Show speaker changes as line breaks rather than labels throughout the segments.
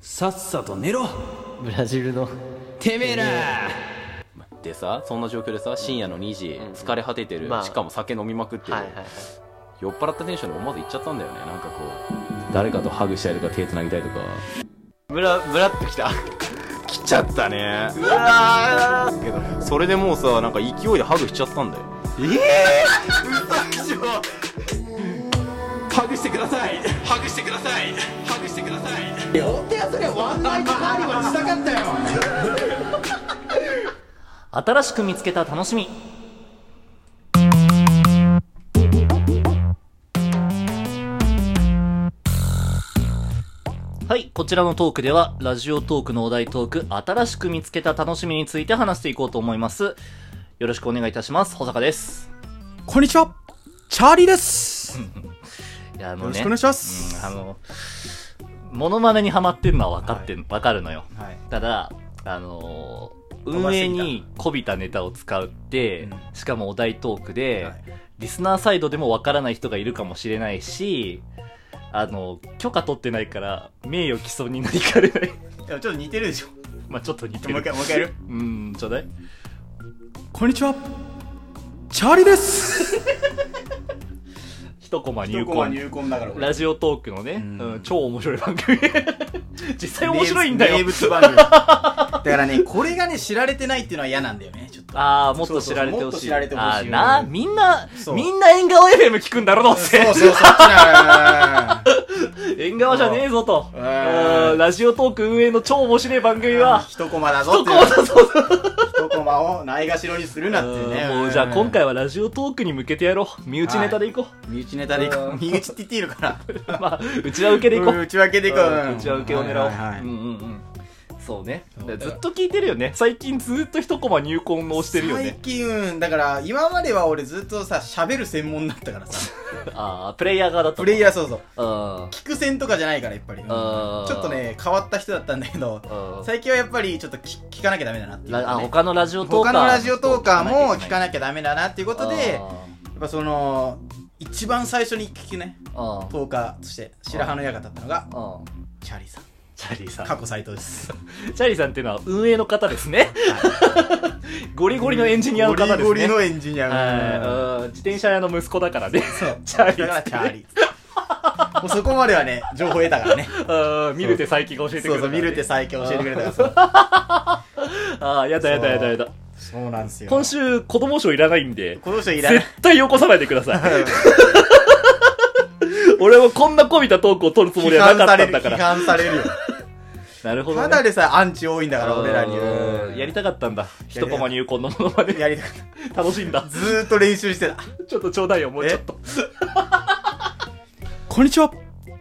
さっさと寝ろ
ブラジルの
てめえら
でさそんな状況でさ深夜の2時、
うん
疲れ果ててる、
まあ
しかも酒飲みまくってる、
はいはいはい
酔っ払ったテンションで思わず行っちゃったんだよねなんかこう誰かとハグしたいとか手つなぎたいとか
ブラブラっときた
来ちゃったね
うわ
けどそれでもうさなんか勢いでハグしちゃったんだよ
ハグしてくださいハグしてくださいハグしてください
新しく見つけた楽しみはい、こちらのトークでは、ラジオトークのお題トーク、新しく見つけた楽しみについて話していこうと思います。よろしくお願いいたします。保坂です。
こんにちはチャーリーです
いや、あ
よ
の
ろし
ね、
くお願いします、
うんあの、モノマネにハマってんのは分かってん、分かるのよ。
はい
ただ、あのー
飛ば
運
し
営
てきた
に媚びたネタを使うって、
うん
しかもお題トークで、
はい
リスナーサイドでもわからない人がいるかもしれないし、あの、許可取ってないから、名誉毀損になりかねない。
いやちょっと似てるでしょ
まあちょっと似てる。
もう一回もう一回やる
うーん、ちょうだい。
こんにちはチャーリーです
一コマ入
入婚
魂。
入婚だから
ラジオトークのね、
ん
うん超面白い番組。 実際面白いんだ
名
よ。
物番組だからねこれがね知られてないっていうのは嫌なんだよねちょっと
ああ、もっと知られてほしい。
そうそうそうもっと知られてほしい
あーな、みんな
そ、う
みんな縁側 FM 聞くんだろ、どうせ。
そう そうそっちだよ
縁側じゃねえぞと。う
うん
んラジオトーク運営の超面白い番組は、
一コマだぞ
ど
って
こ
いう
もだぞ。
一コマをないがしろにするなっていうね
もうじゃあ今回はラジオトークに向けてやろう。身内ネタでいこう。
身内ネタでいこ
う
うん身内って言っていいのかな
まあ、内輪受けでいこう。
内訳でいこううん
内輪受けを狙おう。
はいはいはい
うんうんうん。そうね。
そうだよ
ずっと聞いてるよね。最近ずっと一コマ入魂をしてるよ
最
ね。
近うんだから今までは俺ずっとさ喋る専門だったからさ
ああ、プレイヤー側だった。
プレイヤーそうそう
うん。
聞く専とかじゃないからやっぱりうんち
あー
ょっとね変わった人だったんだけど
うん
最近はやっぱりちょっと聞聞かなきゃダメだなっていう
ラ
か
あ
ね
他のラジオトーカー
他のラジオトーカーも聞か
ない
なきゃダメだなっていうことでやっぱその一番最初に聞きね
あー
トーカーとして白羽の矢が立ったのが
あー
チャーリーさん
チャーリーさん。
過去斎藤です
チャーリーさんっていうのは運営の方ですね。ゴリゴリのエンジニアの方ですね。
ゴリゴリのエンジニアうん
はいうん自転車屋の息子だからね。
そう
チャーリー
だからチャーリーもうそこまではね情報得た からね
うん見るて最近が教えてく
そうそう、
れたからね、
見るって最強教えてくれたからさ。
ああ、やだやだやだやだ。
そうなんですよ。
今週、子供賞いらないんで、
この人いらない。
絶対よこさないでください。俺もこんなこびたトークを取るつもり
批
は
判
なか
さ
っ
れ
たん
る、
だ
批
から。
判されるよ。
なるほど、ね。
ただでさえアンチ多いんだから、俺らに。
うんやりたかったんだ。一コマ入魂のものまで。
やりたかった。
楽しんだ。
ずーっと練習してた。
ちょっとちょうだいよ、もうちょっと。
こんにちは、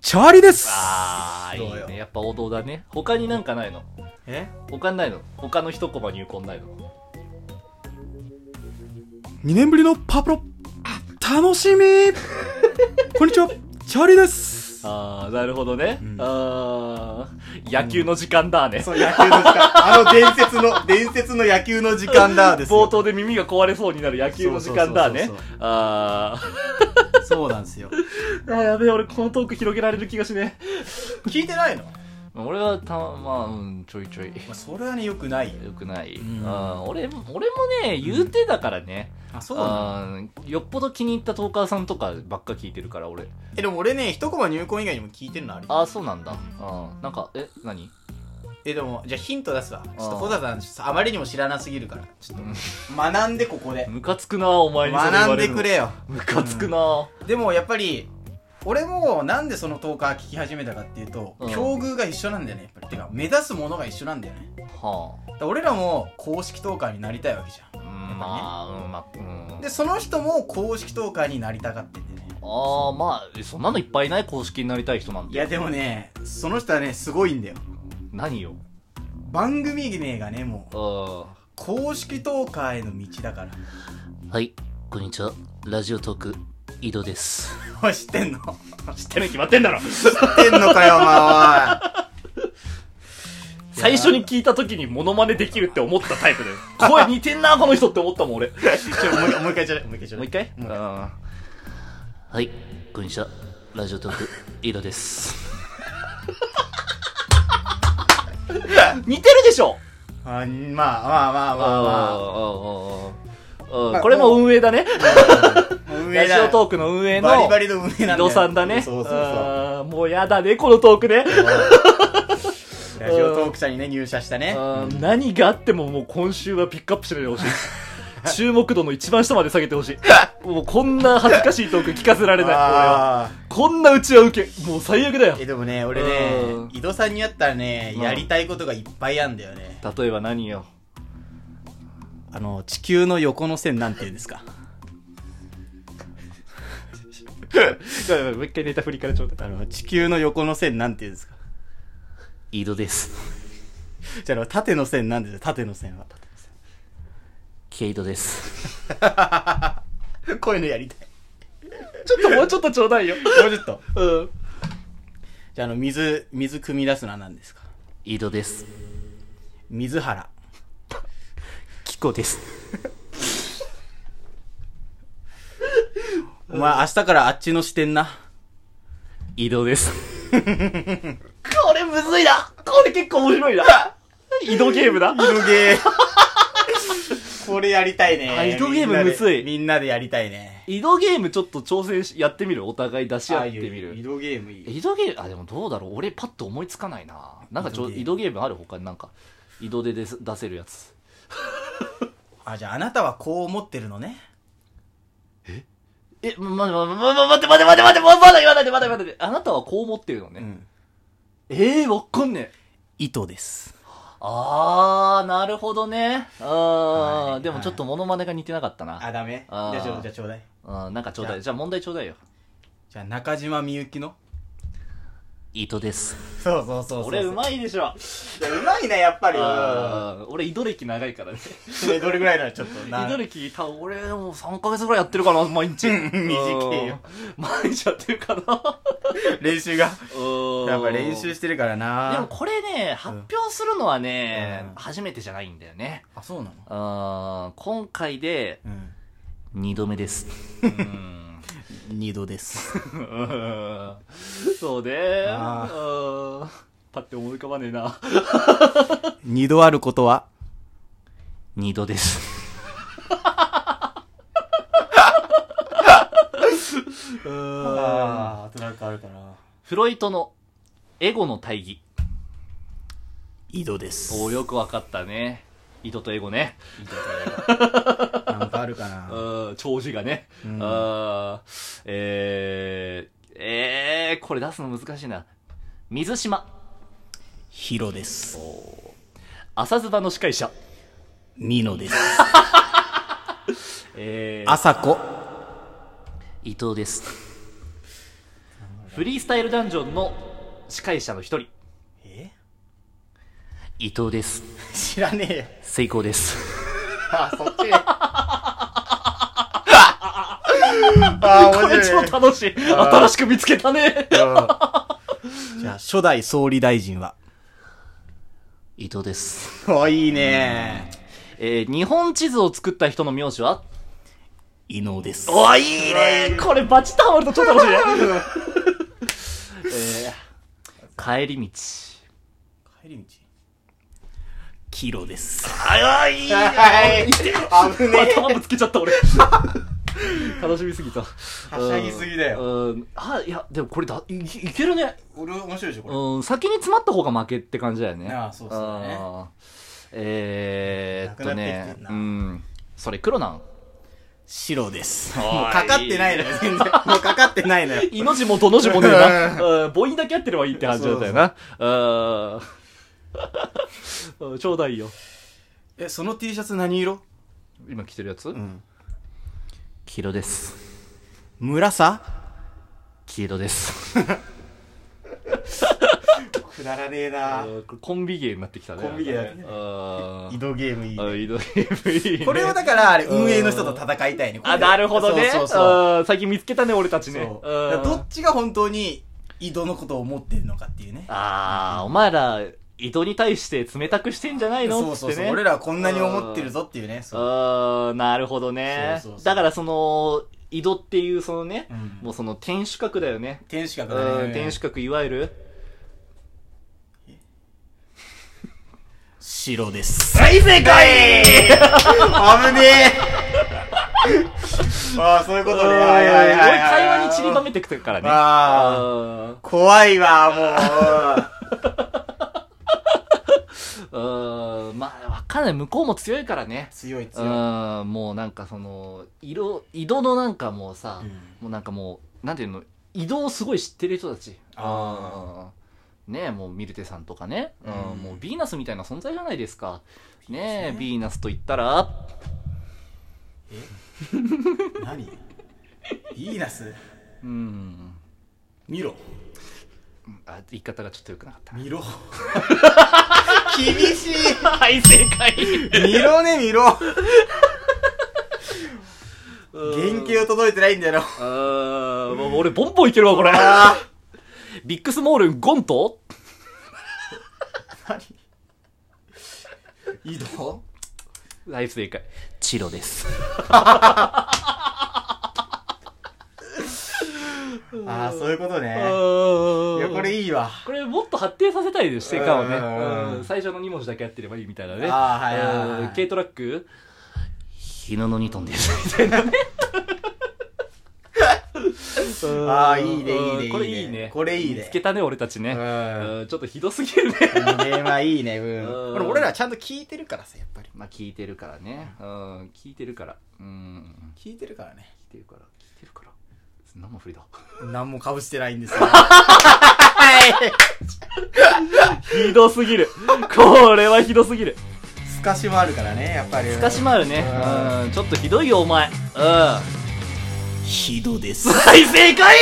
チャーリーです
ああ、い
そう
い
よ
ね。やっぱ王道だね。他になんかないの
え
他にないの他の一コマ入魂ないの
?2 年ぶりのパプロ、楽 しみこんにちは、チャーリーです
ああ、なるほどね。
ん
ああ、野球の時間だね。
そう、野球の時間。あの伝説の、伝説の野球の時間だです
冒
よ。
頭で耳が壊れそうになる野球の時間だね
そうそうそう。
あ
そうなんですよ。
ーあー、やべえ、俺このトーク広げられる気がしね
聞いてないのま
え。俺はた、まあ、うん、ちょいちょい。
あそれはね、よくないよ。
よくない。
うん
あー俺も、俺もね、言うてだからね。
あ、そ
あーよっぽど気に入ったトーカーさんとかばっか聞いてるから、俺。
え、でも俺ね、一コマ入魂以外にも聞いてるのあるよ
ああ、そうなんだ。うん。なんか、え、何
えでもじゃあヒント出すわちょっと小田さんちょっとあまりにも知らなすぎるからちょっと学んでここで
ムカつくなお前にそれ言
学
わ
ん
れ
で
るの
くれよ
ムカつくな
でもやっぱり俺もなんでそのトーカー聞き始めたかっていうと、
うん
境遇が一緒なんだよねやっぱりてか目指すものが一緒なんだよね
は
だから俺らも公式トーカーになりたいわけじ
あ
ゃ
うんまあうんまあうんん
でその人も公式トーカーになりたがってんだよね
ああまあえそんなのいっぱいいない公式になりたい人なん
い
て
やでもねその人はねすごいんだよ
何よ
番組名がねもう
あ
公式トーカーへの道だから
はいこんにちはラジオトーク井戸です
おい知ってんの
知ってるに決まってんだろ
知ってんのかよお前おい
最初に聞いた時にモノマネできるって思ったタイプだよ 声似てんなこの人って思ったもん俺も
ちょもう一回もう一回ちょうだいもう一回ちょうだ
う
い
一回
もう一回
はい こんにちはラジオトーク井戸です似てるでしょ
あまあまあまあまあま
うんうんうんうん
まあ
これも運営だね。
あ運
ラ
営
ジ
だ
オトークの運営の
バリバリの運営なんだよ
井戸さんだね。
そうそうそう
あーもうやだね、このトークね。
ラジオトーク社にね入社したね
あー何があってももう今週はピックアップしてほし い。注目度の一番下まで下げてほしい。もうこんな恥ずかしいトーク聞かせられない。俺は
あー
こんなうちは受け。もう最悪だよ。
えでもね俺ね
うん
井戸さんに会ったらね
うん
やりたいことがいっぱいあんだよね
例えば何よ。
あの地球の横の線なんていうんですか
やばいやばいもう一回ネタ振りからちょうだ
あ
い。
の地球の横の線なんていうんですか
井戸です。
じゃああの縦の線なんですよ縦の線は
ケイドです。
こういうのやりたい
ちょっともうちょっとちょうだいよ。
もうちょっと
うん。
じゃああの水水汲み出すのは何ですか
井戸です。
水原
キコです。
お前明日からあっちの視点な
移動です。これむずいなこれ結構面白いな 移動ゲームだ
井戸ゲー これやりたいね
あ井戸ゲームむずい
みんなでみんなでやりたいね
移動ゲームちょっと挑戦し、やってみるお互い出し合ってみ
ああいう
る
井。戸ゲームいい
移動ゲーム、あ、でもどうだろう俺パッと思いつかないななんかちょ、移
移
動
動
ゲームある他になんか、移動で出す出せるやつ。
あじゃああなたはこう思ってるのね
え、ま、ま、ま、ま、ま、待って待って待って待ってままだ言わないでまだ言わないであなたはこう思ってるのね。
ん
ええー、わかんねえ。
糸です
あー、なるほどね。あー、
はい
でもちょっとモノマネが似てなかったな。
あダメじ
あー
ゃあちょじゃあちょうだい
うん、なんかちょうだい。じゃあ問題ちょうだいよ。
じゃあ中島みゆきの
伊藤です。
そうそうそう
俺う
い
まいでしょ。
うまいねやっぱり
あー俺井戸歴長いからね。
うんどれぐらいならちょっと
井戸歴、多分俺もう3ヶ月ぐらいやってるかな、毎日。
短いよ
うん。毎日やってるかな。
練習が
うん
やっぱ練習してるから
で
な
もこれね、発表するのはね、
うん
初めてじゃないんだよね。
あそうなの
うん、今回で
うん
2度目です。うん
二度です
うんそうね。
あ
うんパッて思い浮かばねえな。
二度あることは
二度です。
あああとなんかあるかな
フロイトのエゴの大義。
井戸です
おーよくわかったね。井戸とエゴね。
なんかあるか
う
な。
ん、長寿がね。うん、えー、えー、これ出すの難しいな。水島。
ヒロです。
浅ズバの司会者。
ミノです。
えー、
アサコ。
伊藤です。フリースタイルダンジョンの司会者の一人。
え
伊藤です。
知らねえよ。
成功です。
あ、そっち。 あー、
これ
面
超
白い。
楽しい。新しく見つけたね。
じゃあ、初代総理大臣は。
伊藤です。
あ、いいね
えー、日本地図を作った人の名字は
伊能です。
おいいねこれバチッとハマると超楽しいね。 えー、帰り道。
帰り道キロです。
あ、いいね
はい。 危ねえ。
頭ぶつけち ゃった俺。楽しみすぎた。は
はしゃぎすぎだよ
うん。あ、いや、でもこれだ、いいけるね。
俺、面白いでしょ、こ
うん、先に詰まった方が負けって感じだよね。
ああそうっすね
ああえー、っと
なくなって
ね
きてん、な
うん。それ黒なん
白です。
おい
もうかかってないのよ、全然。 もうかかってないのよ。
いの字もどの字もね えな。うん母音だけ合ってればいいって感じだったよな。うん うんちょうだいよ。
え、その T シャツ何色
今着てるやつ
ん
黄色です。
紫
黄色です。
くだらねえな
うんこれコンビゲーになってきたね。
コンビゲーだね
だ
移動ゲームいいね
移動ゲームいいね
これをだから、あれ、運営の人と戦いたいね。これ
あ、なるほどね。
そうそうそう
うん最近見つけたね、俺たちね。
そう。
うん
だからどっちが本当に、井戸のことを思ってるのかっていうね。
あー、お前ら、井戸に対して冷たくしてんじゃないの
そうそう
つっ
そ
て
う。
ね。
俺らはこんなに思ってるぞっていうね。
う
そう。
ーん、なるほどね。
そうそうそう
だからその、井戸っていうそのね、
うん
もうその天守閣だよね。
天守閣
う
だ
ん、
ね。
天守閣いわゆる、
白です。
大正解
危ね えああ、そういうことね。はいはいはいはい。
会話に散りばめてくからね。
ああ、
あ
怖いわ、
ーうーんまあ、わかんない。向こうも強いからね。
強い強い
うん、もうなんかその、色、井戸のなんかもうさ、
うん
もうなんかもう、なんていうの、井戸をすごい知ってる人たち。
あ
うんねえ、もうミルテさんとかね、うん
うん
もうヴィーナスみたいな存在じゃないですか。ねえ、ヴィーナスと言ったら、
う。何ビーナス
うん、
見ろ。
あ、言い方がちょっと良くなかったな。
見ろ。厳しい
はい、正解
見ろね、見ろ。原型を届いてないんだよな。
あー、もう俺ボンボンいけるわ、こ れ。ビックスモールン、ゴント
井戸
はい、正解。チロです。
ああ、そういうことね。いや、
こ
これいいわ。
これもっと発展させたいです、してかをね。
うん
うん最初の2文字だけやってればいいみたいなね。
あーはいはいはい
うん軽トラック日野の2トンです、 みたいなね。うん
ああ、いいね、いいね。
これいいね。
これいい
つ
ね。
けたね、俺たちね。
うん
うんちょっとひどすぎるね。
ねまあいいね、う
うん
ん。これ俺らちゃんと聞いてるからさ、やっぱり。
まあ、聞いてるからね。うん、聞いてるから。うん。
聞いてるからね。
聞いてるから、聞いてるから。何も振りだ。
何も被してないんです よ。
ひどすぎる。これはひどすぎる。
透かしもあるからね、やっぱり。
透かしもあるね。うん、ちょっとひどいよ、お前。うん。
ひどです。
大正解